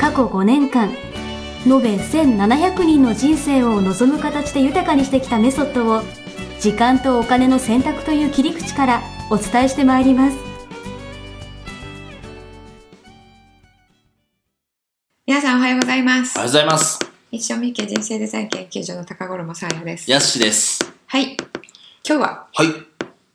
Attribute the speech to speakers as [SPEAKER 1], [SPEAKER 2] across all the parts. [SPEAKER 1] 過去5年間延べ1700人の人生を望む形で豊かにしてきたメソッドを時間とお金の選択という切り口からお伝えしてまいります
[SPEAKER 2] 皆さんおはようございます
[SPEAKER 3] おはようございます。
[SPEAKER 2] 一生三池人生デザイン研究所の高頃もさやです
[SPEAKER 3] ヤッシーです。
[SPEAKER 2] はい今日は
[SPEAKER 3] はい。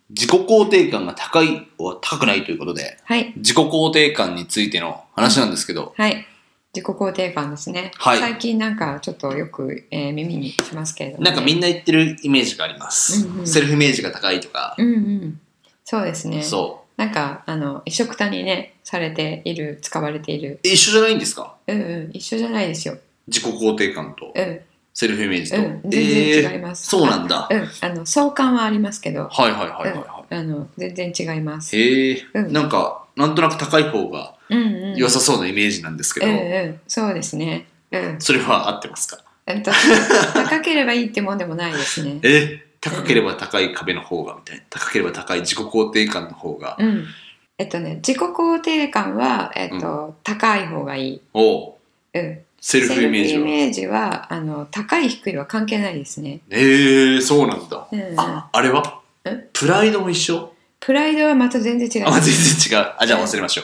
[SPEAKER 3] 自己肯定感が高いは高くないということで、
[SPEAKER 2] はい
[SPEAKER 3] 自己肯定感についての話なんですけど、
[SPEAKER 2] はい自己肯定感ですね、
[SPEAKER 3] はい
[SPEAKER 2] 最近なんかちょっとよく、えー耳にしますけれどもね、
[SPEAKER 3] なんかみんな言ってるイメージがあります。
[SPEAKER 2] うんうん
[SPEAKER 3] セルフイメージが高いとか、
[SPEAKER 2] うんうんそうですね
[SPEAKER 3] そ
[SPEAKER 2] なんかあの一緒くたにねされている使われている
[SPEAKER 3] う。え一緒じゃないんですか
[SPEAKER 2] うんうん一緒じゃないですよ
[SPEAKER 3] 自己肯定感と
[SPEAKER 2] うん
[SPEAKER 3] セルフイメージと。
[SPEAKER 2] うん全然違い
[SPEAKER 3] えー
[SPEAKER 2] ます
[SPEAKER 3] そうなんだ。
[SPEAKER 2] うんあの相関はありますけど
[SPEAKER 3] はいはいはいはいは
[SPEAKER 2] あの全然違います
[SPEAKER 3] い。へえ、
[SPEAKER 2] うん
[SPEAKER 3] なんか、なんとなく高い方が
[SPEAKER 2] うんうん
[SPEAKER 3] 良さそうなイメージなんですけど、
[SPEAKER 2] うんうんそうですねうん
[SPEAKER 3] それは合ってますか
[SPEAKER 2] えっ と高ければいいってもんでもないですね。
[SPEAKER 3] え高ければ高い壁の方がみたいな。高ければ高い自己肯定感の方が。
[SPEAKER 2] うん。えっとね、自己肯定感は、えっと高い方がいい。
[SPEAKER 3] おう
[SPEAKER 2] うん、
[SPEAKER 3] セルフイメー
[SPEAKER 2] セ
[SPEAKER 3] ジ
[SPEAKER 2] ルフイ
[SPEAKER 3] は。
[SPEAKER 2] メージはあの高い低いは関係ないですね、
[SPEAKER 3] ええー、そうなんだ。
[SPEAKER 2] うん、
[SPEAKER 3] あ、あれは
[SPEAKER 2] え
[SPEAKER 3] プライドも一緒
[SPEAKER 2] プライドはまた全然違い
[SPEAKER 3] あ、
[SPEAKER 2] ます
[SPEAKER 3] 全然違う。あ、じゃあ忘れましょ
[SPEAKER 2] う
[SPEAKER 3] う。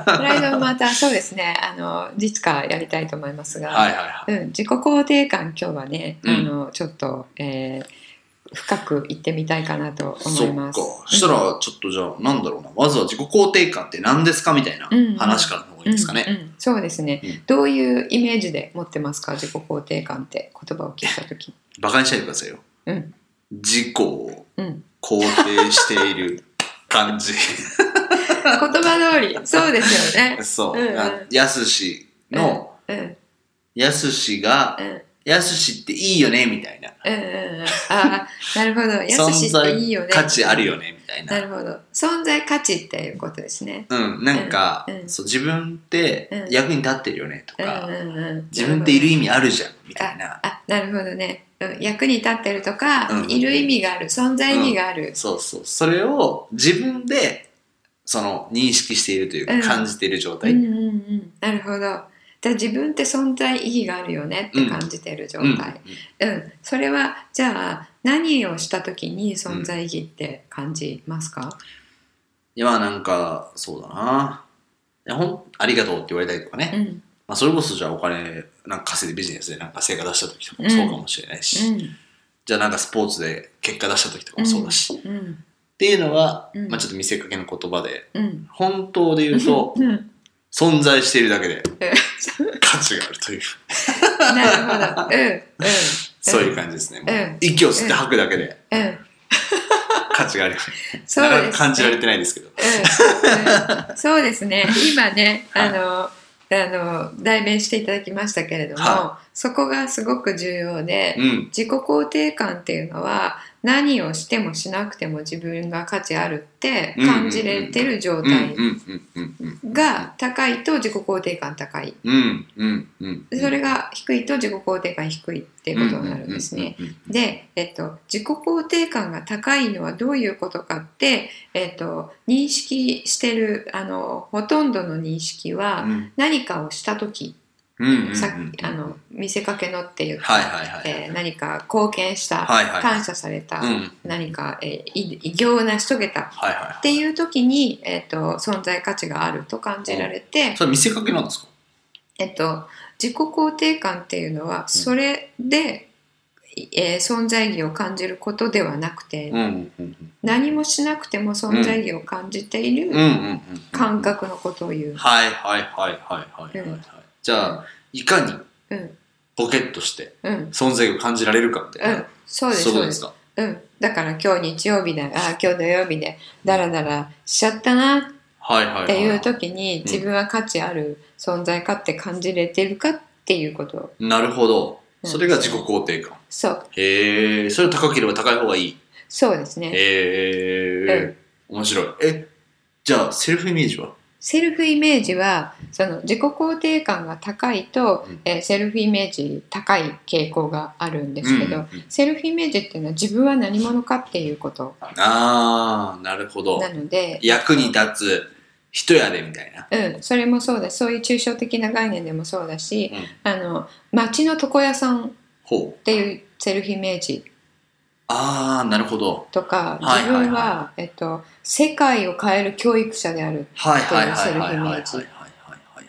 [SPEAKER 2] んプライドはまた そうですねあの実かやりたいと思いますが、
[SPEAKER 3] はいはいは
[SPEAKER 2] うん、自己肯定感今日はね、
[SPEAKER 3] うん
[SPEAKER 2] あのちょっと、えー深くいってみたいかなと
[SPEAKER 3] い。
[SPEAKER 2] 思
[SPEAKER 3] そ
[SPEAKER 2] い
[SPEAKER 3] っ
[SPEAKER 2] ま
[SPEAKER 3] か
[SPEAKER 2] す。。
[SPEAKER 3] したら、ちょっとじゃあ、なんだろうな。まずは自己肯定感って何ですかみたいな
[SPEAKER 2] うんうん
[SPEAKER 3] 話からの方がいいですか
[SPEAKER 2] うん
[SPEAKER 3] ね。
[SPEAKER 2] うんそうですね、
[SPEAKER 3] うん
[SPEAKER 2] どういうイメージで持ってますか自己肯定感って言葉を聞いた時
[SPEAKER 3] バカにしないでくださいよ。
[SPEAKER 2] うん
[SPEAKER 3] 自己を
[SPEAKER 2] うん、
[SPEAKER 3] 肯定して いる感じ。
[SPEAKER 2] 言葉通りそうですよね
[SPEAKER 3] そう
[SPEAKER 2] うんうん
[SPEAKER 3] う。あやすしの、
[SPEAKER 2] うん
[SPEAKER 3] やすしが
[SPEAKER 2] う、ん
[SPEAKER 3] やすしっていいよねみたいな。
[SPEAKER 2] うんうんうんああなるほどやすしっていいよね
[SPEAKER 3] 存在価値あるよねみたい
[SPEAKER 2] な
[SPEAKER 3] な。
[SPEAKER 2] るほど存在価値っていうことですね
[SPEAKER 3] うん、なんか、
[SPEAKER 2] うんうん
[SPEAKER 3] そう自分って
[SPEAKER 2] うん
[SPEAKER 3] 役に立ってるよねと
[SPEAKER 2] うんう
[SPEAKER 3] か、
[SPEAKER 2] んうん
[SPEAKER 3] 自分っている意味あるじゃんみたいな
[SPEAKER 2] あなるほどね、うん、役に立ってるとか、
[SPEAKER 3] うん
[SPEAKER 2] いる意味がある存在意義がある、
[SPEAKER 3] そうそうそれを自分でその認識しているという
[SPEAKER 2] うん
[SPEAKER 3] か感じている状
[SPEAKER 2] うん
[SPEAKER 3] 態、
[SPEAKER 2] うんうん、なるほどだから自分って存在意義があるよねって感じてる状態、
[SPEAKER 3] うん
[SPEAKER 2] うん、それはじゃあ何をした時に存在意義って感じますか、
[SPEAKER 3] 今なんかそうだないやほんありがとうって言われたりとかね、
[SPEAKER 2] うんうん
[SPEAKER 3] まあ、それこそじゃあお金なんか稼いでビジネスでなんか成果出した時とかもそうかもしれないし、じゃあなんかスポーツで結果出した時とかもそうだし、っ
[SPEAKER 2] うん
[SPEAKER 3] ていうのは、
[SPEAKER 2] うん
[SPEAKER 3] まあ、ちょっと見せかけの言葉で
[SPEAKER 2] うん
[SPEAKER 3] 本当で言うと
[SPEAKER 2] うん
[SPEAKER 3] 存在しているだけで価値があるという
[SPEAKER 2] なるほどうん
[SPEAKER 3] そういう感じですね、もう
[SPEAKER 2] うん
[SPEAKER 3] 息を吸って吐くだけで
[SPEAKER 2] うんうん
[SPEAKER 3] 価値があるよね
[SPEAKER 2] そう
[SPEAKER 3] なか
[SPEAKER 2] で
[SPEAKER 3] な
[SPEAKER 2] す
[SPEAKER 3] か感じられてないですけど。
[SPEAKER 2] うんうんそうですね今ね
[SPEAKER 3] はい
[SPEAKER 2] あの、あの代弁していただきましたけれども、
[SPEAKER 3] は
[SPEAKER 2] そこがすごく重要で、
[SPEAKER 3] うん。
[SPEAKER 2] 自己肯定感っていうのは何をしてもしなくても自分が価値あるって感じれてる状
[SPEAKER 3] うん
[SPEAKER 2] 態
[SPEAKER 3] うんうんうんうん
[SPEAKER 2] が高いと自己肯定感高い
[SPEAKER 3] うんうんうん
[SPEAKER 2] それが低いと自己肯定感低いっていうことになるんですね。。
[SPEAKER 3] うんうんうんうん
[SPEAKER 2] で、えっと、自己肯定感が高いのはどういうことかって、えっと、認識してるあのほとんどの認識は何かをした時、
[SPEAKER 3] うんうんうんうん
[SPEAKER 2] さっきあの見せかけのっていうか、
[SPEAKER 3] はいはいはい。
[SPEAKER 2] えー何か貢献した、
[SPEAKER 3] はいはい
[SPEAKER 2] 感謝された、
[SPEAKER 3] うん
[SPEAKER 2] 何か、えーい偉業を成し遂げた
[SPEAKER 3] はいは
[SPEAKER 2] っていう時に、えっと、存在価値があると感じられて、
[SPEAKER 3] い。それ見せかけなんですか
[SPEAKER 2] えっと、自己肯定感っていうのはそれで、えー存在意義を感じることではなくて、
[SPEAKER 3] うんうん
[SPEAKER 2] 何もしなくても存在意義を感じてい
[SPEAKER 3] うんう
[SPEAKER 2] る
[SPEAKER 3] んうんうん。
[SPEAKER 2] 感。覚のことを言う。
[SPEAKER 3] はいはいはいはいはいはいはい。じゃあ、いかに
[SPEAKER 2] うん
[SPEAKER 3] ポケットして
[SPEAKER 2] うん
[SPEAKER 3] 存在を感じられるかみた
[SPEAKER 2] う
[SPEAKER 3] い
[SPEAKER 2] ん
[SPEAKER 3] な。、
[SPEAKER 2] そうです
[SPEAKER 3] そういう
[SPEAKER 2] そ
[SPEAKER 3] こ
[SPEAKER 2] う
[SPEAKER 3] と
[SPEAKER 2] で
[SPEAKER 3] です
[SPEAKER 2] す、うん、
[SPEAKER 3] か。
[SPEAKER 2] だから今日日曜日だあー今日土曜日でダラダラしちゃったな
[SPEAKER 3] はいはいはい。
[SPEAKER 2] っていう時に自分は価値ある存在かって感じれてるかっていうこと
[SPEAKER 3] なるほど。
[SPEAKER 2] うん
[SPEAKER 3] それが自己肯定感。
[SPEAKER 2] そう
[SPEAKER 3] へえ。それ高ければ高い方がいい。
[SPEAKER 2] そうですね
[SPEAKER 3] へえ。面白い。え、じゃあセルフイメージは
[SPEAKER 2] セルフイメージはその自己肯定感が高いと、
[SPEAKER 3] うん
[SPEAKER 2] えーセルフイメージ高い傾向があるんですけど、
[SPEAKER 3] うんうんうん
[SPEAKER 2] セルフイメージっていうのは自分は何者かっていうこと
[SPEAKER 3] ああ、なるほど。
[SPEAKER 2] なので、
[SPEAKER 3] 役に立つ人やでみたいな。
[SPEAKER 2] うん、それもそうだしそういう抽象的な概念でもそうだし
[SPEAKER 3] うん、
[SPEAKER 2] あの町の床屋さんっ
[SPEAKER 3] ほう。
[SPEAKER 2] ていうセルフイメージ
[SPEAKER 3] ああ、なるほど。
[SPEAKER 2] とか
[SPEAKER 3] はい
[SPEAKER 2] 自分は,、
[SPEAKER 3] はいは
[SPEAKER 2] えっと、世界を変える教育者である
[SPEAKER 3] はいはいはいはいはいはいはいはい
[SPEAKER 2] セルフイメージ
[SPEAKER 3] はい。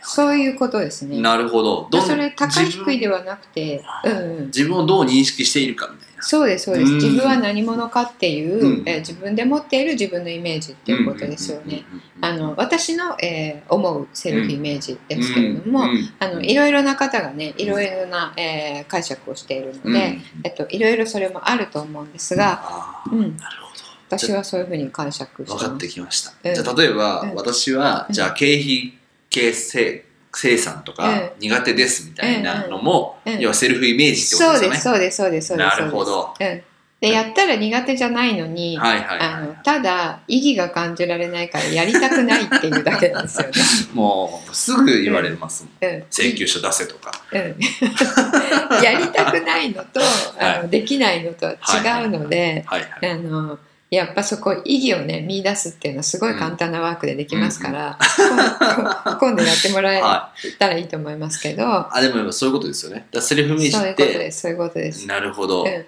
[SPEAKER 2] そう
[SPEAKER 3] う。
[SPEAKER 2] いうことですね。
[SPEAKER 3] なるほど。どん
[SPEAKER 2] それ高い
[SPEAKER 3] 自分
[SPEAKER 2] 低いではなくて、うんうん、
[SPEAKER 3] 自分をどう認識しているかみたいな。
[SPEAKER 2] そうですそうです、
[SPEAKER 3] うん
[SPEAKER 2] 自分は何者かっていう、
[SPEAKER 3] うん
[SPEAKER 2] えー自分で持っている自分のイメージっていうことですよね。
[SPEAKER 3] うんうんうんう
[SPEAKER 2] あ
[SPEAKER 3] ん。
[SPEAKER 2] の私の、えー思うセルフイメージですけれども、
[SPEAKER 3] うんうん
[SPEAKER 2] あのいろいろな方がねいろいろな、えー解釈をしているので、えっと、いろいろそれもあると思うんですが、
[SPEAKER 3] あ
[SPEAKER 2] う
[SPEAKER 3] ー
[SPEAKER 2] ん、
[SPEAKER 3] なるほ
[SPEAKER 2] 私はそういうふうに解釈してま
[SPEAKER 3] ど。分
[SPEAKER 2] す
[SPEAKER 3] かってきました。
[SPEAKER 2] うん
[SPEAKER 3] じゃあ例えば、
[SPEAKER 2] うん
[SPEAKER 3] 私は、
[SPEAKER 2] うん
[SPEAKER 3] じゃあ経費系生生産とか、
[SPEAKER 2] うん
[SPEAKER 3] 苦手ですみたいなのも、
[SPEAKER 2] うんうん
[SPEAKER 3] 要はセルフイメージってこ
[SPEAKER 2] そ
[SPEAKER 3] と
[SPEAKER 2] う
[SPEAKER 3] で
[SPEAKER 2] ですす
[SPEAKER 3] よね。
[SPEAKER 2] そうですそうですそうです
[SPEAKER 3] なるほど
[SPEAKER 2] そうですうん、でやったら苦手じゃないのに、
[SPEAKER 3] はいはい
[SPEAKER 2] あ
[SPEAKER 3] はい
[SPEAKER 2] の。ただ意義が感じられないからやりたくないっていうだけなんですよね。
[SPEAKER 3] もうすぐ言われますもん、
[SPEAKER 2] うん
[SPEAKER 3] 請求書出せとか
[SPEAKER 2] うん やりたくないのと、あのできないのとは違うので、
[SPEAKER 3] はいはい
[SPEAKER 2] あのやっぱそこ意義をね見出すっていうのはすごい簡単なワークでできますから、今 度今度やってもらえ
[SPEAKER 3] は
[SPEAKER 2] たらいいと思いますけど、
[SPEAKER 3] いあでもそういうことですよねだからセルフイメージ
[SPEAKER 2] そういう
[SPEAKER 3] っ
[SPEAKER 2] こと
[SPEAKER 3] て
[SPEAKER 2] ですそういうことです。
[SPEAKER 3] なるほど、
[SPEAKER 2] うん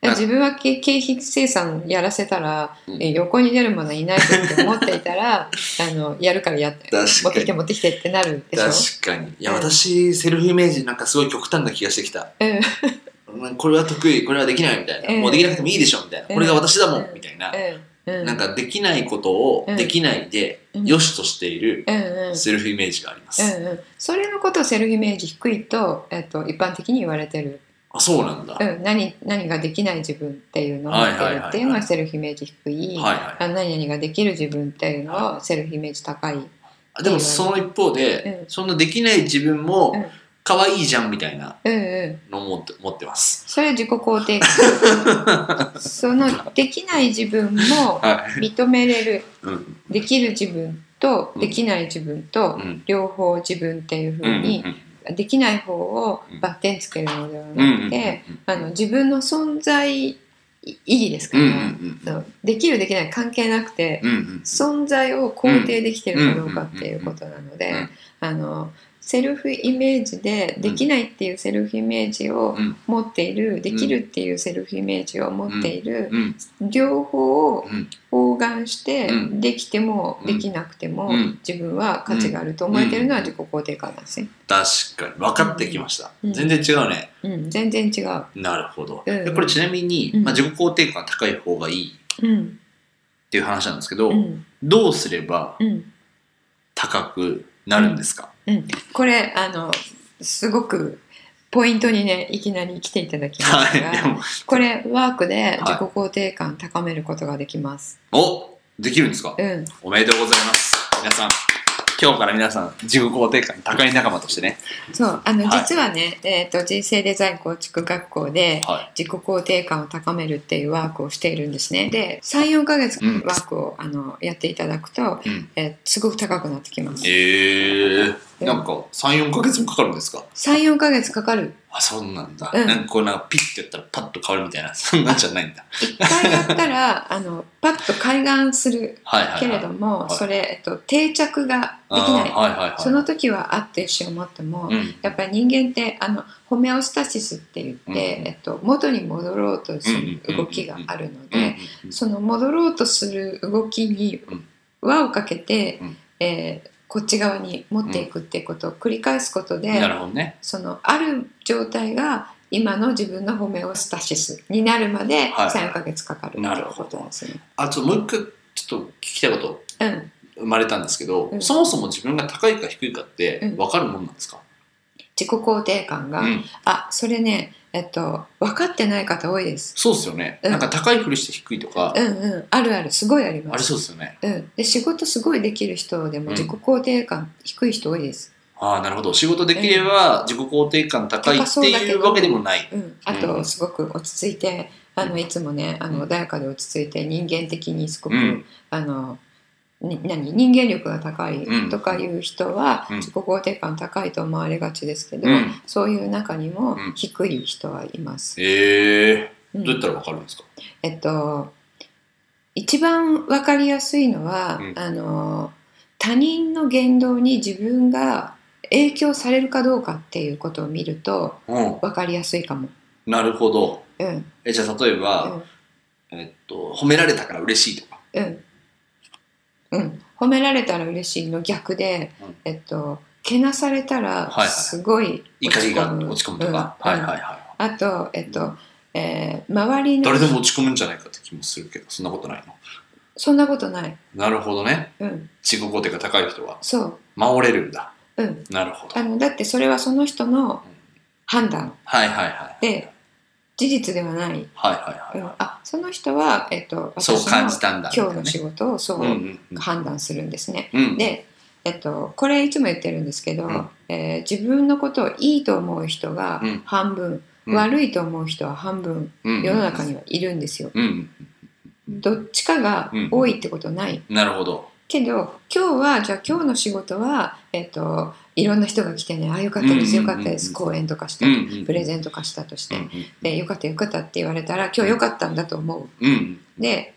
[SPEAKER 2] 自分は経経費生産やらせたら、
[SPEAKER 3] うん
[SPEAKER 2] え横に出るものいないって思っていた らあのやるからやって
[SPEAKER 3] かに
[SPEAKER 2] 持ってきて持ってきてってなるでしょ
[SPEAKER 3] 確。かにいや、
[SPEAKER 2] うん
[SPEAKER 3] 私セルフイメージなんかすごい極端な気がしてきた
[SPEAKER 2] うん
[SPEAKER 3] うんこれは得意これはできないみたいな、
[SPEAKER 2] うん
[SPEAKER 3] もうできなくてもいいでしょみたいな、
[SPEAKER 2] うん
[SPEAKER 3] これが私だもん、
[SPEAKER 2] うん
[SPEAKER 3] みたいな、
[SPEAKER 2] うんうん
[SPEAKER 3] なんかできないことを
[SPEAKER 2] うん
[SPEAKER 3] できないで
[SPEAKER 2] うん
[SPEAKER 3] 良しとしている
[SPEAKER 2] うんうん
[SPEAKER 3] セルフイメージがあります、
[SPEAKER 2] うんうん、それのことをセルフイメージ低いと,、えっと一般的に言われてる、
[SPEAKER 3] あそうなんだ、
[SPEAKER 2] う
[SPEAKER 3] はい
[SPEAKER 2] ん、何何ができない自分っていうのを持
[SPEAKER 3] はい
[SPEAKER 2] っ
[SPEAKER 3] はいは
[SPEAKER 2] てる
[SPEAKER 3] いはい
[SPEAKER 2] っていうのがセルフイメージ低い、
[SPEAKER 3] は
[SPEAKER 2] あ何々ができる自分っていうのをセルフイメージ高い、
[SPEAKER 3] いでもその一方で、
[SPEAKER 2] うん
[SPEAKER 3] そんなできない自分
[SPEAKER 2] うん
[SPEAKER 3] も可愛いじゃんみたいな
[SPEAKER 2] うんうん、
[SPEAKER 3] のも持って持ってます
[SPEAKER 2] それは自己肯定感 そのできない自分も
[SPEAKER 3] はい
[SPEAKER 2] 認めれる
[SPEAKER 3] うん
[SPEAKER 2] できる自分とできない自分と
[SPEAKER 3] うん
[SPEAKER 2] 両方自分っていうふ
[SPEAKER 3] うんう
[SPEAKER 2] うんにできない方をバッテンつけるのではなくて。あの自分の存在意義ですか
[SPEAKER 3] うん
[SPEAKER 2] ら、
[SPEAKER 3] うんうん
[SPEAKER 2] あのできるできない関係なくて、
[SPEAKER 3] うんうん
[SPEAKER 2] 存在を肯定できてるかどうかっていうことなので、
[SPEAKER 3] うん
[SPEAKER 2] あのセルフイメージでできないっていうセルフイメージを
[SPEAKER 3] うん
[SPEAKER 2] 持っている、できるっていうセルフイメージを持っている、
[SPEAKER 3] うん
[SPEAKER 2] 両方を
[SPEAKER 3] うん
[SPEAKER 2] 包含して、
[SPEAKER 3] うん
[SPEAKER 2] できても
[SPEAKER 3] うん
[SPEAKER 2] できなくても、
[SPEAKER 3] うん
[SPEAKER 2] 自分は価値があると思えてるのは自己肯定感なんですね。
[SPEAKER 3] 確かに分かってきました、
[SPEAKER 2] うん
[SPEAKER 3] 全然違うね
[SPEAKER 2] うん、全然違う。
[SPEAKER 3] なるほど、
[SPEAKER 2] うん
[SPEAKER 3] でこれちなみに、
[SPEAKER 2] うん
[SPEAKER 3] まあ、自己肯定感が高い方がいい
[SPEAKER 2] うん、
[SPEAKER 3] っていう話なんですけど、
[SPEAKER 2] うん、
[SPEAKER 3] どうすれば
[SPEAKER 2] うん。
[SPEAKER 3] 高くなるんですか、
[SPEAKER 2] これあのすごくポイントにねいきなり来ていただきま
[SPEAKER 3] は
[SPEAKER 2] した
[SPEAKER 3] いで
[SPEAKER 2] が
[SPEAKER 3] も
[SPEAKER 2] これワークで
[SPEAKER 3] はい
[SPEAKER 2] 自己肯定感高めることができます。
[SPEAKER 3] おできるんですか
[SPEAKER 2] うん、
[SPEAKER 3] おめでとうございます皆さん今日から皆さん自己肯定感高い仲間としてね
[SPEAKER 2] そうあの、
[SPEAKER 3] はい
[SPEAKER 2] 実はね、えっと人生デザイン構築学校で
[SPEAKER 3] は
[SPEAKER 2] 自己肯定感を高めるっていうワークをしているんですね。で34ヶ月
[SPEAKER 3] うん
[SPEAKER 2] ワークを、あのやっていただくと、
[SPEAKER 3] い、うん、
[SPEAKER 2] えーすごく高くなってきます。
[SPEAKER 3] えー、なんか34か月もかかるんですか
[SPEAKER 2] 34ヶ月かかる
[SPEAKER 3] あそうなんだ、
[SPEAKER 2] うん
[SPEAKER 3] なんかこうなんかピッてやったらパッと変わるみたいな そんなんじゃないんだ
[SPEAKER 2] 一回やったらあのパッと開眼する
[SPEAKER 3] はいはい、はい、
[SPEAKER 2] けれども、
[SPEAKER 3] はい
[SPEAKER 2] それ、えっと、定着ができ
[SPEAKER 3] あ
[SPEAKER 2] ない
[SPEAKER 3] ーはいはいはい、
[SPEAKER 2] その時はあってるし思っても、
[SPEAKER 3] うん
[SPEAKER 2] やっぱり人間ってあのホメオスタシスって言って、
[SPEAKER 3] うん
[SPEAKER 2] えっと、元に戻ろうとする
[SPEAKER 3] うん
[SPEAKER 2] 動きがあるの
[SPEAKER 3] うんうん
[SPEAKER 2] でその戻ろうとする動きに
[SPEAKER 3] うん
[SPEAKER 2] 輪をかけて、
[SPEAKER 3] うん
[SPEAKER 2] えーこっち側に持っていくっていうことを繰り返すこと
[SPEAKER 3] う
[SPEAKER 2] で、
[SPEAKER 3] んなるほどね
[SPEAKER 2] そのある状態が今の自分のホメオスタシスになるまで
[SPEAKER 3] はい
[SPEAKER 2] 3ヶ月かかるっていうことなんですね。
[SPEAKER 3] あちょっともう一回ちょっと聞きたいこと
[SPEAKER 2] うん、
[SPEAKER 3] 生まれたんですけど、
[SPEAKER 2] うん
[SPEAKER 3] そもそも自分が高いか低いかって
[SPEAKER 2] うん
[SPEAKER 3] 分かるもんなんですか、
[SPEAKER 2] 自己肯定感が、
[SPEAKER 3] うん、
[SPEAKER 2] あそれね、えっと、分かってない方多いです。
[SPEAKER 3] そうですよね、
[SPEAKER 2] うん
[SPEAKER 3] なんか高いふりして低いとか、
[SPEAKER 2] うんうん、あるあるすごいあり
[SPEAKER 3] あ
[SPEAKER 2] ま
[SPEAKER 3] れ
[SPEAKER 2] す。
[SPEAKER 3] そうですよね
[SPEAKER 2] うん、で仕事すごいできる人でも
[SPEAKER 3] うん
[SPEAKER 2] 自己肯定感低い人多いです。
[SPEAKER 3] ああなるほど仕事できれば自己肯定感高いっていうわけでもない
[SPEAKER 2] うん、あ
[SPEAKER 3] う
[SPEAKER 2] と
[SPEAKER 3] ん
[SPEAKER 2] すごく落ち着いてあのいつもねあ
[SPEAKER 3] う
[SPEAKER 2] の
[SPEAKER 3] ん
[SPEAKER 2] 穏やかで落ち着いて人間的にすごく、
[SPEAKER 3] うん
[SPEAKER 2] あのに何人間力が高い
[SPEAKER 3] うん
[SPEAKER 2] とかいう人は
[SPEAKER 3] うん
[SPEAKER 2] 自己肯定感高いと思われがちですけど、
[SPEAKER 3] うん
[SPEAKER 2] そういう中にも
[SPEAKER 3] うん
[SPEAKER 2] 低い人はいます。
[SPEAKER 3] ええ
[SPEAKER 2] うん
[SPEAKER 3] どうやったらわかるんですか
[SPEAKER 2] えっと一番わかりやすいのは、
[SPEAKER 3] うん
[SPEAKER 2] あの他人の言動に自分が影響されるかどうかっていうことを見ると
[SPEAKER 3] うん
[SPEAKER 2] わかりやすいかも。
[SPEAKER 3] なるほど
[SPEAKER 2] うん
[SPEAKER 3] えじゃあ例えば、えっと褒められたから嬉しいとか
[SPEAKER 2] うんうん、褒められたら嬉しいの逆で、
[SPEAKER 3] うん
[SPEAKER 2] えっと、けなされたら
[SPEAKER 3] はいはい
[SPEAKER 2] すごい
[SPEAKER 3] 怒りが落ち込むとか、
[SPEAKER 2] うん
[SPEAKER 3] はいはいはい、
[SPEAKER 2] あと、えっとえー周りの
[SPEAKER 3] 誰でも落ち込むんじゃないかって気もするけどそんなことないの
[SPEAKER 2] そんなことない、
[SPEAKER 3] なるほどね
[SPEAKER 2] うん、
[SPEAKER 3] 自己肯定が高い人は
[SPEAKER 2] そ
[SPEAKER 3] 守れるんだ
[SPEAKER 2] う、うん、
[SPEAKER 3] なるほど
[SPEAKER 2] あのだってそれはその人の判断
[SPEAKER 3] はいはいはい
[SPEAKER 2] で事実ではない、
[SPEAKER 3] はいはいは
[SPEAKER 2] う
[SPEAKER 3] い
[SPEAKER 2] ん、あその人は、えっと、
[SPEAKER 3] そう
[SPEAKER 2] 私の
[SPEAKER 3] 感じたんだみたい
[SPEAKER 2] 今
[SPEAKER 3] な
[SPEAKER 2] 日
[SPEAKER 3] ね
[SPEAKER 2] の仕事をそううん
[SPEAKER 3] うん
[SPEAKER 2] 判断するんですね。
[SPEAKER 3] うんうん
[SPEAKER 2] で、えっと、これいつも言ってるんですけど、
[SPEAKER 3] うん
[SPEAKER 2] えー自分のことをいいと思う人が
[SPEAKER 3] うん
[SPEAKER 2] 半分、
[SPEAKER 3] うん
[SPEAKER 2] 悪いと思う人は半分
[SPEAKER 3] うん
[SPEAKER 2] 世の中にはいるんですよ。
[SPEAKER 3] うん
[SPEAKER 2] どっちかが多いってことない、
[SPEAKER 3] なるほど
[SPEAKER 2] けど今日はじゃあ今日の仕事は、えっと、いろんな人が来てねああよかったです
[SPEAKER 3] う
[SPEAKER 2] よ
[SPEAKER 3] ん
[SPEAKER 2] かったです、講演とかして、
[SPEAKER 3] うんうん
[SPEAKER 2] プレゼント化したとして、
[SPEAKER 3] うん
[SPEAKER 2] でよかったよかったって言われたら今日よかったんだと思う。
[SPEAKER 3] うん
[SPEAKER 2] で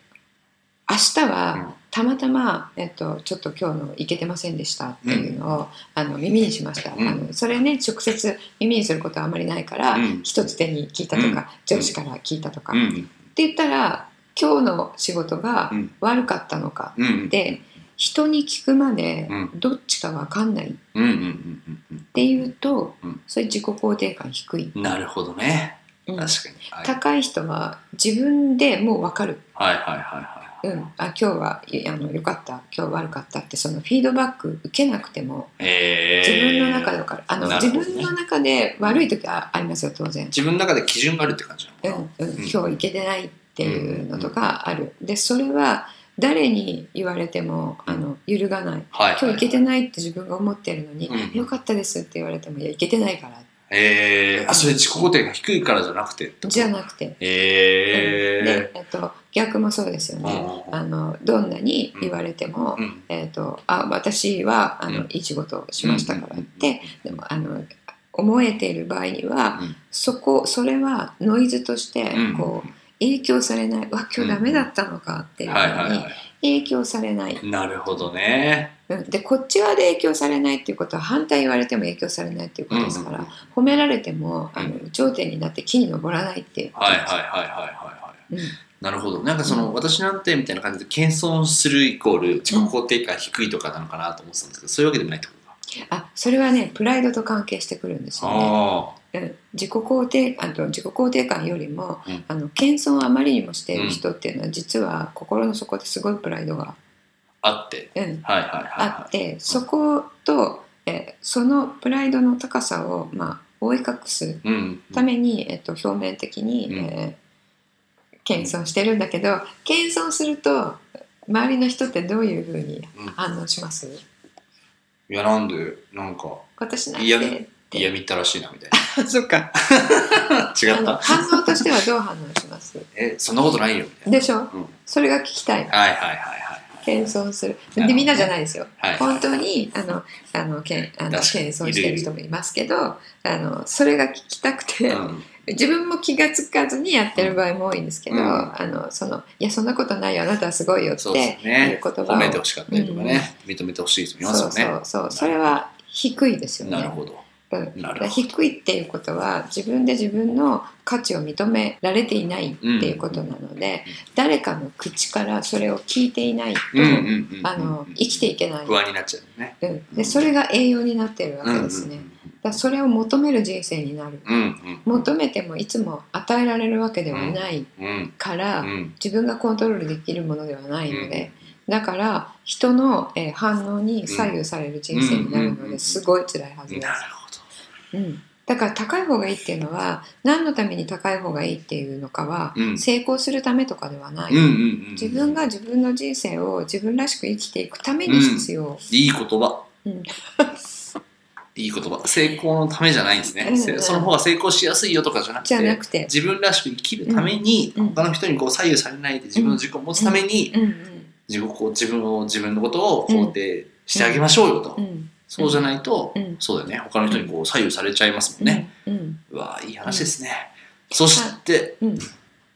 [SPEAKER 2] 明日は、
[SPEAKER 3] うん
[SPEAKER 2] たまたま、えっと、ちょっと今日のいけてませんでしたっていうのを、あの耳にしました、
[SPEAKER 3] うん
[SPEAKER 2] あのそれね直接耳にすることはあまりないから、
[SPEAKER 3] うん
[SPEAKER 2] 一つ手に聞いたと
[SPEAKER 3] うん
[SPEAKER 2] か、上司から聞いたとか、
[SPEAKER 3] う
[SPEAKER 2] っ
[SPEAKER 3] ん
[SPEAKER 2] て言ったら今日の仕事が
[SPEAKER 3] うん
[SPEAKER 2] 悪かったのか、
[SPEAKER 3] うん
[SPEAKER 2] で人に聞くまで
[SPEAKER 3] う
[SPEAKER 2] どっちか分かんないっ
[SPEAKER 3] うんうんうんうん
[SPEAKER 2] ていうと、
[SPEAKER 3] うん
[SPEAKER 2] そういう自己肯定感低い、
[SPEAKER 3] うんなるほどね
[SPEAKER 2] うん
[SPEAKER 3] 確かにはい
[SPEAKER 2] 高い人は自分でもう分かる
[SPEAKER 3] はいはいはいはい
[SPEAKER 2] うん、あ今日はいあの良かった今日悪かったってそのフィードバック受けなくても
[SPEAKER 3] え
[SPEAKER 2] 自
[SPEAKER 3] ー
[SPEAKER 2] 分の中で分かる,、あの
[SPEAKER 3] なるほどね
[SPEAKER 2] 自分の中で悪い時はありますよ当然、
[SPEAKER 3] 自分の中で基準があるって感じなのか
[SPEAKER 2] う
[SPEAKER 3] なん
[SPEAKER 2] うん、
[SPEAKER 3] ん
[SPEAKER 2] 今日いけてないっていうのとかあるでそれは誰に言われてもあの揺るがない
[SPEAKER 3] はい
[SPEAKER 2] 今日いけて
[SPEAKER 3] い
[SPEAKER 2] ないって自分が思ってるのに
[SPEAKER 3] うん
[SPEAKER 2] 良かったですって言われてもいやいけてないから
[SPEAKER 3] えーあそれ自己肯定が低いからじゃなくてってこと
[SPEAKER 2] じゃなくて、うん
[SPEAKER 3] え
[SPEAKER 2] でえっと、逆もそうですよね
[SPEAKER 3] うん
[SPEAKER 2] あのどんなに言われても
[SPEAKER 3] ーうん
[SPEAKER 2] えー、とあ私はあの、
[SPEAKER 3] うん
[SPEAKER 2] いい仕事をしましたからって、でもあの思えている場合には、
[SPEAKER 3] うん
[SPEAKER 2] そこそれはノイズとして
[SPEAKER 3] うん
[SPEAKER 2] こう、影響されないわ今日ダメだったのかっていう
[SPEAKER 3] はいはい
[SPEAKER 2] のに
[SPEAKER 3] は
[SPEAKER 2] 影響されない、
[SPEAKER 3] いなるほどね
[SPEAKER 2] うん、でこっち側で影響されないっていうことは反対言われても影響されないっていうことですから、
[SPEAKER 3] うん
[SPEAKER 2] 褒められてもあの
[SPEAKER 3] う
[SPEAKER 2] 頂点になって木に登らないっていうこと
[SPEAKER 3] はい
[SPEAKER 2] で
[SPEAKER 3] はい
[SPEAKER 2] す
[SPEAKER 3] はいはいはいは
[SPEAKER 2] う
[SPEAKER 3] い
[SPEAKER 2] ん
[SPEAKER 3] なるほどなんかそうの
[SPEAKER 2] ん
[SPEAKER 3] 私なんてみたいな感じで謙遜するイコール自己肯定感低いとかなのかなと思ってたんですけどそういうわけでもないってことか
[SPEAKER 2] あそれはねプライドと関係してくるんですよね。
[SPEAKER 3] あ
[SPEAKER 2] うん自己肯定あと自己肯定感よりも、
[SPEAKER 3] うん
[SPEAKER 2] あの謙遜をあまりにもしている人っていうのは、実は心の底ですごいプライドが、
[SPEAKER 3] ああって
[SPEAKER 2] うん、
[SPEAKER 3] はいはいはい
[SPEAKER 2] あ
[SPEAKER 3] は
[SPEAKER 2] って、そこと、えーそのプライドの高さを、まあ、覆い隠す
[SPEAKER 3] いうん
[SPEAKER 2] ために、えっと、表面的に、
[SPEAKER 3] うん
[SPEAKER 2] えー謙遜してるんだけど謙遜すると周りの人ってどういうふうに反応します、
[SPEAKER 3] いやなんでなんか
[SPEAKER 2] 私なん
[SPEAKER 3] いや
[SPEAKER 2] てっ
[SPEAKER 3] 嫌
[SPEAKER 2] て
[SPEAKER 3] みったらしいなみたい な
[SPEAKER 2] そっか
[SPEAKER 3] 違
[SPEAKER 2] あ
[SPEAKER 3] っ
[SPEAKER 2] の
[SPEAKER 3] た
[SPEAKER 2] 反応としてはどう反応します
[SPEAKER 3] えそんなことないよみたいな
[SPEAKER 2] でしょ
[SPEAKER 3] うん
[SPEAKER 2] それが聞きたい
[SPEAKER 3] はいはいはいはい
[SPEAKER 2] 謙遜する
[SPEAKER 3] なるほど
[SPEAKER 2] で
[SPEAKER 3] ね
[SPEAKER 2] みんなじゃないですよ、
[SPEAKER 3] はい
[SPEAKER 2] 本当にあのあのけあの
[SPEAKER 3] 確かに
[SPEAKER 2] 謙遜してる人もいますけどあのそれが聞きたくて、
[SPEAKER 3] うん
[SPEAKER 2] 自分も気が付かずにやってる場合も多いんですけど、
[SPEAKER 3] うん
[SPEAKER 2] あのそのいやそんなことないよあなたはすごいよって
[SPEAKER 3] そうです
[SPEAKER 2] い
[SPEAKER 3] ね
[SPEAKER 2] う言葉を
[SPEAKER 3] 褒めてほしかったりとかね認めてほしい人もいます
[SPEAKER 2] そ
[SPEAKER 3] よ
[SPEAKER 2] うそう
[SPEAKER 3] ね
[SPEAKER 2] そうそれは低いですよね
[SPEAKER 3] なるほど
[SPEAKER 2] うん
[SPEAKER 3] な
[SPEAKER 2] だ
[SPEAKER 3] る
[SPEAKER 2] から
[SPEAKER 3] ほど
[SPEAKER 2] 低いっていうことは自分で自分の価値を認められていないっていうことなので、
[SPEAKER 3] うん
[SPEAKER 2] 誰かの口からそれを聞いていないと、
[SPEAKER 3] うんうんうんうん
[SPEAKER 2] あの生きていけない
[SPEAKER 3] 不安になっちゃうね
[SPEAKER 2] うん、でそれが栄養になってるわけですね、だからそれを求める人生になる
[SPEAKER 3] うんうんうん
[SPEAKER 2] 求めてもいつも与えられるわけではない
[SPEAKER 3] うん
[SPEAKER 2] から、
[SPEAKER 3] うん
[SPEAKER 2] 自分がコントロールできるものではないので、だから人の、えー反応に左右される人生になるの
[SPEAKER 3] うん
[SPEAKER 2] ですごい辛いはず
[SPEAKER 3] うん
[SPEAKER 2] です
[SPEAKER 3] な、るほど
[SPEAKER 2] うん、だから高い方がいいっていうのは何のために高い方がいいっていうのかは、
[SPEAKER 3] うん
[SPEAKER 2] 成功するためとかではない、
[SPEAKER 3] うんうんうんうん
[SPEAKER 2] 自分が自分の人生を自分らしく生きていくために必要、
[SPEAKER 3] いい言葉
[SPEAKER 2] うん
[SPEAKER 3] いい言葉成功のためじゃないんですね、
[SPEAKER 2] うん
[SPEAKER 3] せその方が成功しやすいよとかじゃなく
[SPEAKER 2] じゃな
[SPEAKER 3] て
[SPEAKER 2] くて、
[SPEAKER 3] 自分らしく生きるために、
[SPEAKER 2] うん
[SPEAKER 3] 他の人にこう左右されないで自分の軸を持つために、
[SPEAKER 2] うん
[SPEAKER 3] 自分をこう自分を自分のことを肯定してあげましょうよと、
[SPEAKER 2] うんうん
[SPEAKER 3] そうじゃないと、
[SPEAKER 2] うん
[SPEAKER 3] そうだよね他の人にこう左右されちゃいますもんね、
[SPEAKER 2] うん
[SPEAKER 3] うわいい話ですね、そして
[SPEAKER 2] うん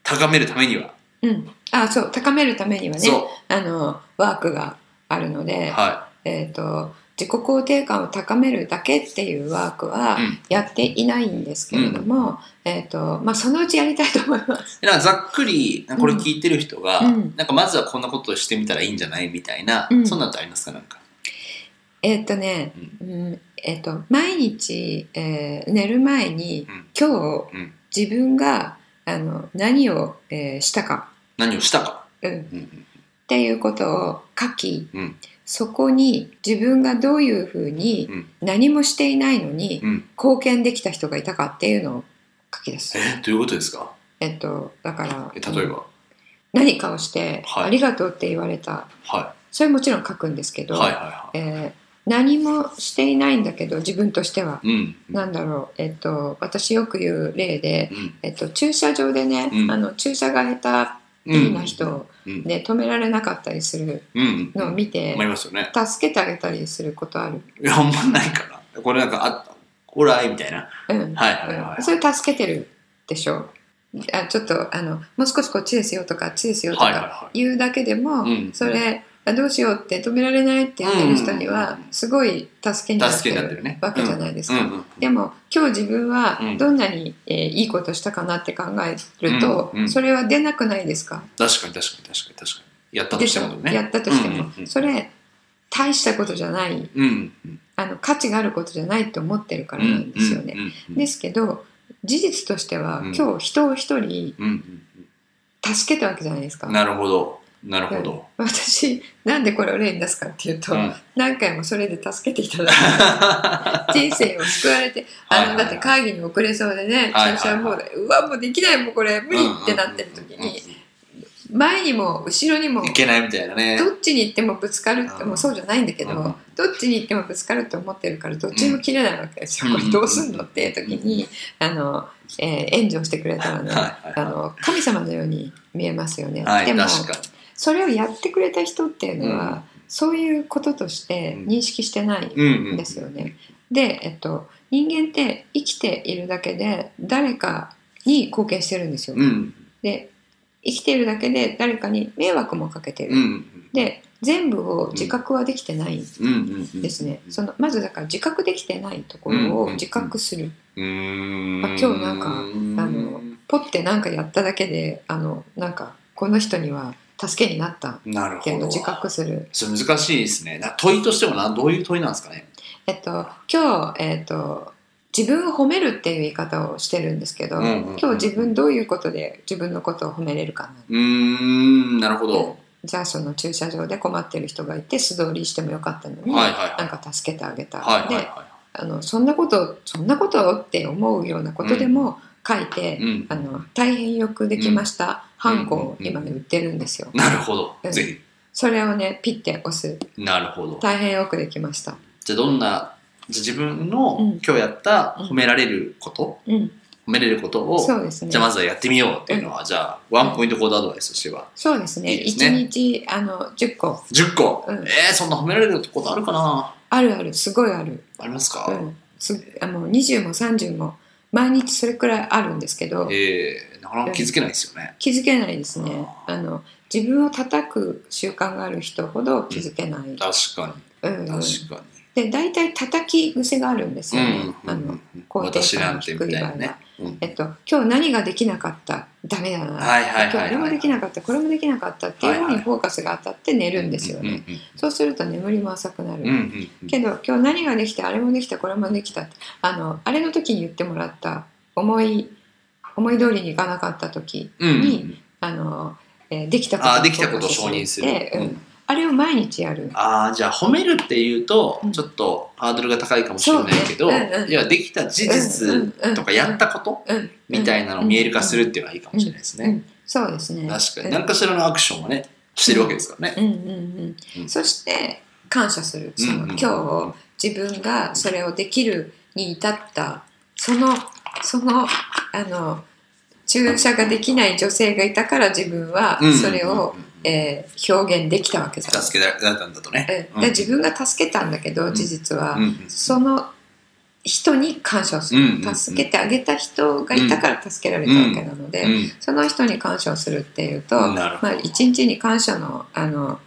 [SPEAKER 3] 高めるためには、
[SPEAKER 2] うん、あそう高めるためにはね
[SPEAKER 3] そ
[SPEAKER 2] あのワークがあるの
[SPEAKER 3] う
[SPEAKER 2] で、
[SPEAKER 3] は、
[SPEAKER 2] えー、と自己肯定感を高めるだけっていうワークはい
[SPEAKER 3] うん
[SPEAKER 2] やっていないんですけれども、えーとまあ、そのうちやりたいと思います。
[SPEAKER 3] でなんかざっくりこれ聞いてる人が、
[SPEAKER 2] うん
[SPEAKER 3] なんかまずはこんなことをしてみたらいいんじゃないみたいな、
[SPEAKER 2] うん
[SPEAKER 3] そんなのってありますかなんか、
[SPEAKER 2] えっ、とね、
[SPEAKER 3] うん
[SPEAKER 2] うんえー、と毎日、えー寝る前に
[SPEAKER 3] うん
[SPEAKER 2] 今
[SPEAKER 3] うん
[SPEAKER 2] 日自分があの何を、えーしたか、
[SPEAKER 3] 何をしたか、
[SPEAKER 2] うん、っ
[SPEAKER 3] うんうん
[SPEAKER 2] ていうことを書き
[SPEAKER 3] うん
[SPEAKER 2] そこに自分がどういうふうに
[SPEAKER 3] うん
[SPEAKER 2] 何もしていないのに
[SPEAKER 3] うん、
[SPEAKER 2] 貢献できた人がいたかっていうのを書き出す。
[SPEAKER 3] えどういうことですか
[SPEAKER 2] えっと、だから
[SPEAKER 3] え例えば、
[SPEAKER 2] 何かをして、
[SPEAKER 3] はい
[SPEAKER 2] ありがとうって言われた
[SPEAKER 3] は
[SPEAKER 2] それもちろん書くんですけ
[SPEAKER 3] い
[SPEAKER 2] ど、
[SPEAKER 3] はいはいは
[SPEAKER 2] えー何もしていないんだけど自分としては、
[SPEAKER 3] いうんうん
[SPEAKER 2] なんだろう、えっと、私よく言う例で、
[SPEAKER 3] うん
[SPEAKER 2] えっと、駐車場でね、
[SPEAKER 3] うん
[SPEAKER 2] あの駐車が下手
[SPEAKER 3] うん
[SPEAKER 2] な人
[SPEAKER 3] うん
[SPEAKER 2] で止められなかったりする
[SPEAKER 3] うん
[SPEAKER 2] のを見て
[SPEAKER 3] 思い、ますよね
[SPEAKER 2] 助けてあげたりすることある、
[SPEAKER 3] いやあんまないかなこれなんかあオライみたいな
[SPEAKER 2] うん
[SPEAKER 3] はいはいはい
[SPEAKER 2] うんそれ助けてるでしょあちょっとあのもう少しこっちですよとかあっちですよと
[SPEAKER 3] はいはい
[SPEAKER 2] か
[SPEAKER 3] はい
[SPEAKER 2] 言うだけでも、
[SPEAKER 3] うん
[SPEAKER 2] それあどうしようって止められないって言ってる人には
[SPEAKER 3] うん
[SPEAKER 2] すごい助けになって
[SPEAKER 3] 助けになって
[SPEAKER 2] る
[SPEAKER 3] るね
[SPEAKER 2] わけじゃないです
[SPEAKER 3] うん
[SPEAKER 2] か。
[SPEAKER 3] うん
[SPEAKER 2] でも今日自分は
[SPEAKER 3] うん
[SPEAKER 2] どんなに、えーいいことしたかなって考えると、
[SPEAKER 3] うんうん
[SPEAKER 2] それは出なくないですか、
[SPEAKER 3] 確かに確かに確かに確かにやったと
[SPEAKER 2] で
[SPEAKER 3] し
[SPEAKER 2] してょ
[SPEAKER 3] もね
[SPEAKER 2] やったとしても、
[SPEAKER 3] うんうんうん
[SPEAKER 2] それ大したことじゃない
[SPEAKER 3] うんうん
[SPEAKER 2] あの価値があることじゃないと思ってるからなんですよね。
[SPEAKER 3] うん
[SPEAKER 2] ですけど事実としては、
[SPEAKER 3] うん
[SPEAKER 2] 今日人を一人
[SPEAKER 3] うんうん
[SPEAKER 2] 助けたわけじゃないですか
[SPEAKER 3] うん。なるほどなるほど、
[SPEAKER 2] 私なんでこれを例に出すかっていうと、
[SPEAKER 3] うん
[SPEAKER 2] 何回もそれで助けていただい て人生を救われて
[SPEAKER 3] はい
[SPEAKER 2] あの
[SPEAKER 3] はいはい
[SPEAKER 2] だって会議に遅れそうでね
[SPEAKER 3] はいはいはい
[SPEAKER 2] 駐車放題うわもうできないもうこれ無理ってなってる時に前にも後ろにも
[SPEAKER 3] いけないみたいなね
[SPEAKER 2] どっちに行ってもぶつかるって
[SPEAKER 3] うん
[SPEAKER 2] もうそうじゃないんだけど
[SPEAKER 3] うん
[SPEAKER 2] どっちに行ってもぶつかると思ってるからどっちも切れないわけですよ
[SPEAKER 3] うん
[SPEAKER 2] これどうすんのっていう時にあの、えー援助してくれたらね
[SPEAKER 3] はいはい
[SPEAKER 2] あの神様のように見えますよね。
[SPEAKER 3] はい
[SPEAKER 2] でも
[SPEAKER 3] 確か
[SPEAKER 2] それをやってくれた人っていう
[SPEAKER 3] に
[SPEAKER 2] のは、そういうこととして認識してない
[SPEAKER 3] うんうん
[SPEAKER 2] んですよね。で、えっと、人間って生きているだけで誰かに貢献してるんですよ。
[SPEAKER 3] うん
[SPEAKER 2] で生きているだけで誰かに迷惑もかけてる。
[SPEAKER 3] うんうん
[SPEAKER 2] で全部を自覚はできてないん
[SPEAKER 3] うんうんうん
[SPEAKER 2] ですね。そのまずだから自覚できてないところを自覚する。
[SPEAKER 3] うーん
[SPEAKER 2] あ今日なんかあのポッてなんかやっただけであのなんかこの人には助けになったっ
[SPEAKER 3] なる
[SPEAKER 2] ていう
[SPEAKER 3] ほ
[SPEAKER 2] の
[SPEAKER 3] ど
[SPEAKER 2] を自覚する。
[SPEAKER 3] それ難しいですねな問いとしてもなどういう問いなんですかね
[SPEAKER 2] えっと、今日、えっと、自分を褒めるっていう言い方をしてるんですけど、
[SPEAKER 3] うんうんうん
[SPEAKER 2] 今日自分どういうことで自分のことを褒めれるか
[SPEAKER 3] うーんなるほ
[SPEAKER 2] な、
[SPEAKER 3] ど
[SPEAKER 2] じゃあその駐車場で困ってる人がいて素通りしてもよかったのに、
[SPEAKER 3] はいはいはい
[SPEAKER 2] なんか助けてあげた、
[SPEAKER 3] はいはい
[SPEAKER 2] で
[SPEAKER 3] は
[SPEAKER 2] あのそんなことそんなことって思うようなことでも書いて、
[SPEAKER 3] いうん
[SPEAKER 2] あの大変よくできました、ハンコを
[SPEAKER 3] うんうんうん
[SPEAKER 2] 今ね売ってるんですよ、
[SPEAKER 3] なるほど
[SPEAKER 2] うん
[SPEAKER 3] ぜ
[SPEAKER 2] それをねピッて押す
[SPEAKER 3] ひなるほど
[SPEAKER 2] 大変よくできました、
[SPEAKER 3] じゃあどんなじゃあ自分の
[SPEAKER 2] うん
[SPEAKER 3] 今日やった
[SPEAKER 2] うん
[SPEAKER 3] 褒められること
[SPEAKER 2] うん、
[SPEAKER 3] 褒めれることを
[SPEAKER 2] そうですね
[SPEAKER 3] じゃあまずはやってみようっていうのはじゃあワンポイントコードアドバイスとしては
[SPEAKER 2] そうですね
[SPEAKER 3] いいですね
[SPEAKER 2] 一日あの10個
[SPEAKER 3] 10個
[SPEAKER 2] うん
[SPEAKER 3] えーそんな褒められることあるかな
[SPEAKER 2] あるあるすごいある、
[SPEAKER 3] あります
[SPEAKER 2] う
[SPEAKER 3] か
[SPEAKER 2] ん、すあもう20も30も毎日それくらいあるんですけど
[SPEAKER 3] えーなかなか気づけないですよね
[SPEAKER 2] 気づけないですねあの自分を叩く習慣がある人ほど気づけない、うん
[SPEAKER 3] 確かに
[SPEAKER 2] うん、
[SPEAKER 3] 確か
[SPEAKER 2] で大体叩き癖があるんです
[SPEAKER 3] に
[SPEAKER 2] よ
[SPEAKER 3] う
[SPEAKER 2] ね
[SPEAKER 3] ん、う
[SPEAKER 2] あ
[SPEAKER 3] ん
[SPEAKER 2] の
[SPEAKER 3] うん
[SPEAKER 2] 肯
[SPEAKER 3] 私
[SPEAKER 2] 定
[SPEAKER 3] な
[SPEAKER 2] 感
[SPEAKER 3] ん
[SPEAKER 2] の低
[SPEAKER 3] て
[SPEAKER 2] い
[SPEAKER 3] み
[SPEAKER 2] 場合
[SPEAKER 3] たいな
[SPEAKER 2] は、
[SPEAKER 3] ねうん
[SPEAKER 2] えっと、今日何ができなかったダメだな、
[SPEAKER 3] はいはいはい
[SPEAKER 2] 今
[SPEAKER 3] は
[SPEAKER 2] 日これもで
[SPEAKER 3] い
[SPEAKER 2] きなかったこれもできなかったっていう方にフォーカスが当たって寝るんですよね、そうすると眠りも浅くなる、
[SPEAKER 3] うんうんうんうん
[SPEAKER 2] けど今日何ができてあれもできたこれもできたってあのあれの時に言ってもらった思い思い通りにいかなかった時
[SPEAKER 3] うんうんうん
[SPEAKER 2] にあの、えーできたこと
[SPEAKER 3] あーできたことを承認する
[SPEAKER 2] で、うん
[SPEAKER 3] うん
[SPEAKER 2] あれを毎日やる。
[SPEAKER 3] ああじゃあ褒めるっていうと
[SPEAKER 2] うん
[SPEAKER 3] ちょっとハードルが高いかもしれないけど、
[SPEAKER 2] そうねうんうん
[SPEAKER 3] いやできた事実とかやったこと
[SPEAKER 2] うんうんうん
[SPEAKER 3] みたいなのを見える化するっていうのはいいかもしれないですね、
[SPEAKER 2] そうですね。
[SPEAKER 3] 確か
[SPEAKER 2] う
[SPEAKER 3] に
[SPEAKER 2] ん
[SPEAKER 3] 何かしらのアクションはねしてるわけですからね、
[SPEAKER 2] うんうん
[SPEAKER 3] う
[SPEAKER 2] うんん、そして感謝するその、
[SPEAKER 3] うんうん
[SPEAKER 2] 今日自分がそれをできるに至ったそのそのあの注射ができない女性がいたから自分は
[SPEAKER 3] うん
[SPEAKER 2] それを、
[SPEAKER 3] うんうんうん
[SPEAKER 2] えー表現できたわけだ、
[SPEAKER 3] 助けられたんだとね、
[SPEAKER 2] うんで自分が助けたんだけど
[SPEAKER 3] ん
[SPEAKER 2] 事実は、
[SPEAKER 3] うんうん
[SPEAKER 2] その人に感謝をする、
[SPEAKER 3] うんうんうん
[SPEAKER 2] 助けてあげた人がいたから助けられたわけなので、
[SPEAKER 3] うん
[SPEAKER 2] その人に感謝をするっていうと、
[SPEAKER 3] なるほ
[SPEAKER 2] まあ、一日に感謝のあの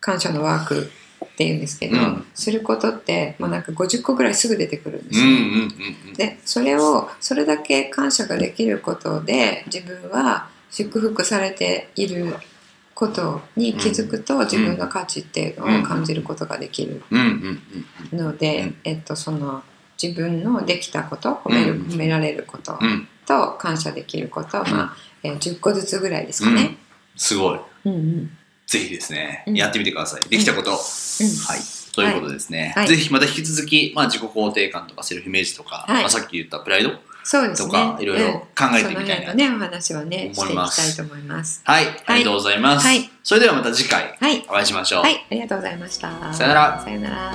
[SPEAKER 2] 感謝のワークっていうんですけど、
[SPEAKER 3] うん
[SPEAKER 2] することってもうなんか50個ぐらいすぐ出てくるんで
[SPEAKER 3] う
[SPEAKER 2] す
[SPEAKER 3] ん
[SPEAKER 2] よ。
[SPEAKER 3] うんうんうん
[SPEAKER 2] でそれをそれだけ感謝ができることで自分は祝福されていることに気づくと、自分の価値っていうのを感じることができる
[SPEAKER 3] うんうんうん
[SPEAKER 2] ので、
[SPEAKER 3] うん
[SPEAKER 2] えっと、その自分のできたこと褒める
[SPEAKER 3] うん
[SPEAKER 2] 褒められること
[SPEAKER 3] うんうん
[SPEAKER 2] と感謝できること、まあえー10個ずつぐらいですかね。
[SPEAKER 3] すごい
[SPEAKER 2] うんうん
[SPEAKER 3] ぜひですね、
[SPEAKER 2] うん
[SPEAKER 3] やってみてくださいできたこと、
[SPEAKER 2] うん
[SPEAKER 3] はい、ということですね、
[SPEAKER 2] はい
[SPEAKER 3] ぜひまた引き続き、まあ、自己肯定感とかセルフイメージとか、
[SPEAKER 2] はい
[SPEAKER 3] まあ、さっき言ったプライド
[SPEAKER 2] そうです
[SPEAKER 3] と
[SPEAKER 2] ね。
[SPEAKER 3] か、いろいろ考えてみたいな
[SPEAKER 2] うんその辺の
[SPEAKER 3] と、
[SPEAKER 2] ね、お話はね、して
[SPEAKER 3] 思い
[SPEAKER 2] い
[SPEAKER 3] ま
[SPEAKER 2] き
[SPEAKER 3] す
[SPEAKER 2] たいと思います。
[SPEAKER 3] はい、ありがとうございます、
[SPEAKER 2] はい
[SPEAKER 3] それではまた次回
[SPEAKER 2] はい。
[SPEAKER 3] お会いしましょう、
[SPEAKER 2] はい、ありがとうございました。
[SPEAKER 3] さよなら
[SPEAKER 2] さよなら。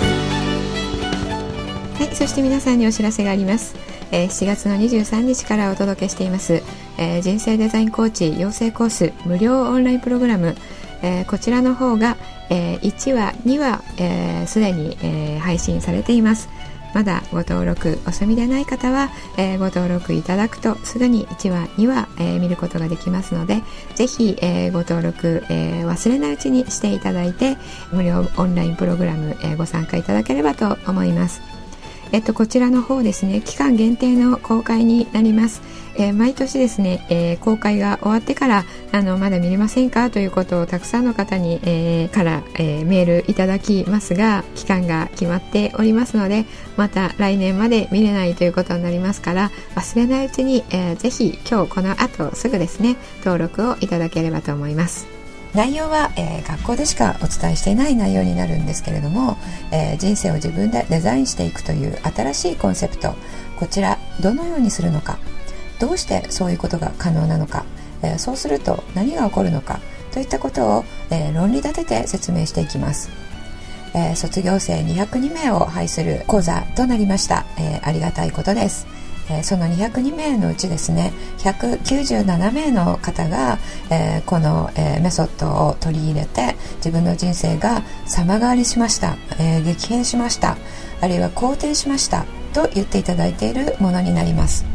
[SPEAKER 2] はい、そして皆さんにお知らせがあります。えー7月の23日からお届けしています、えー人生デザインコーチ養成コース無料オンラインプログラム、えーこちらの方が、え1話2話えーすで、に、えー配信されていますまだご登録お済みでない方は、えーご登録いただくとすぐに1話2話、えー見ることができますのでぜひ、えーご登録、えー忘れないうちにしていただいて無料オンラインプログラム、えーご参加いただければと思いますえっと、こちらの方ですね期間限定の公開になります、えー毎年ですね、えー公開が終わってからあのまだ見れませんかということをたくさんの方に、えーから、えーメールいただきますが期間が決まっておりますのでまた来年まで見れないということになりますから忘れないうちに、えーぜひ今日この後すぐですね登録をいただければと思います内容は、えー学校でしかお伝えしていない内容になるんですけれども、えー人生を自分でデザインしていくという新しいコンセプトこちらどのようにするのかどうしてそういうことが可能なのか、えーそうすると何が起こるのかといったことを、えー論理立てて説明していきます、えー卒業生202名を配する講座となりました、えーありがたいことですえーその202名のうちですね197名の方が、えーこの、えーメソッドを取り入れて自分の人生が様変わりしました、えー激変しましたあるいは肯定しましたと言っていただいているものになります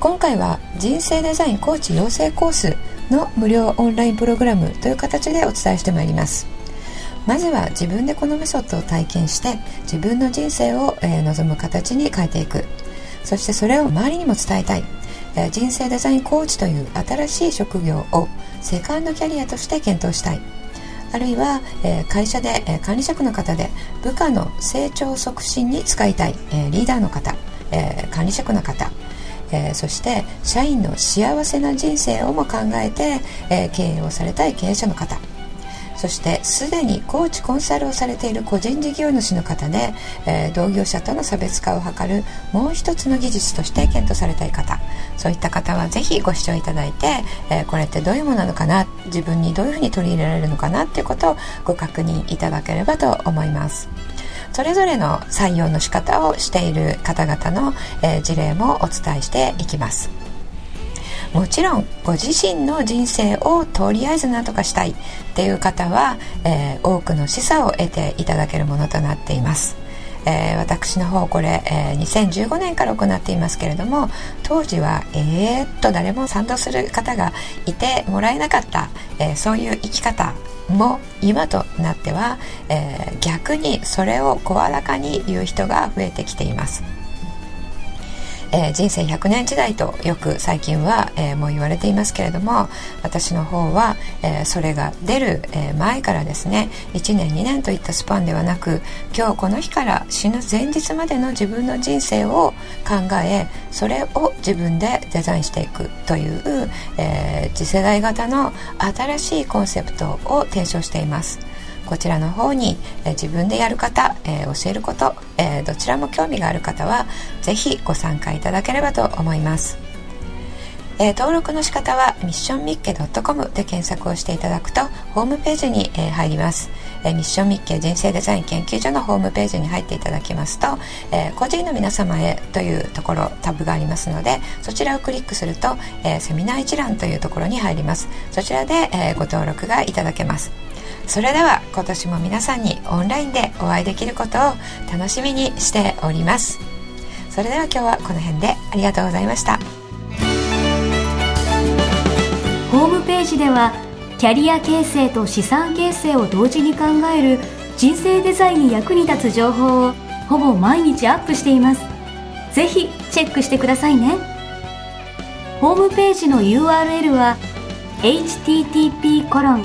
[SPEAKER 2] 今回は人生デザインコーチ養成コースの無料オンラインプログラムという形でお伝えしてまいりますまずは自分でこのメソッドを体験して自分の人生を、えー望む形に変えていくそしてそれを周りにも伝えたい、えー人生デザインコーチという新しい職業をセカンドキャリアとして検討したいあるいは、えー会社で、えー管理職の方で部下の成長促進に使いたい、えーリーダーの方、えー管理職の方、えーそして社員の幸せな人生をも考えて、えー経営をされたい経営者の方そしてすでにコーチコンサルをされている個人事業主の方で、えー同業者との差別化を図るもう一つの技術として検討されたい方そういった方はぜひご視聴いただいて、えーこれってどういうものなのかな自分にどういうふうに取り入れられるのかなっていうことをご確認いただければと思いますそれぞれの採用の仕方をしている方々の、えー事例もお伝えしていきますもちろんご自身の人生をとりあえず何とかしたいっていう方は、えー多くの示唆を得ていただけるものとなっています、えー私の方これ、えー2015年から行っていますけれども当時はえーっと誰も賛同する方がいてもらえなかった、えーそういう生き方も今となっては、えー逆にそれを声高に言う人が増えてきていますええー人生100年時代とよく最近は、えーもう言われていますけれども私の方は、えーそれが出る、えー前からですね1年2年といったスパンではなく今日この日から死ぬ前日までの自分の人生を考えそれを自分でデザインしていくという、えー次世代型の新しいコンセプトを提唱しています。こちらの方に、えー自分でやる方、えー教えること、えーどちらも興味がある方はぜひご参加いただければと思います、えー登録の仕方はミッションミッケ .com で検索をしていただくとホームページに、えー入ります、えーミッションミッケ人生デザイン研究所のホームページに入っていただきますと、えー個人の皆様へというところタブがありますのでそちらをクリックすると、えーセミナー一覧というところに入りますそちらで、えーご登録がいただけますそれでは今年も皆さんにオンラインでお会いできることを楽しみにしておりますそれでは今日はこの辺でありがとうございました
[SPEAKER 1] ホームページではキャリア形成と資産形成を同時に考える人生デザインに役に立つ情報をほぼ毎日アップしていますぜひチェックしてくださいねホームページの URL は http コロン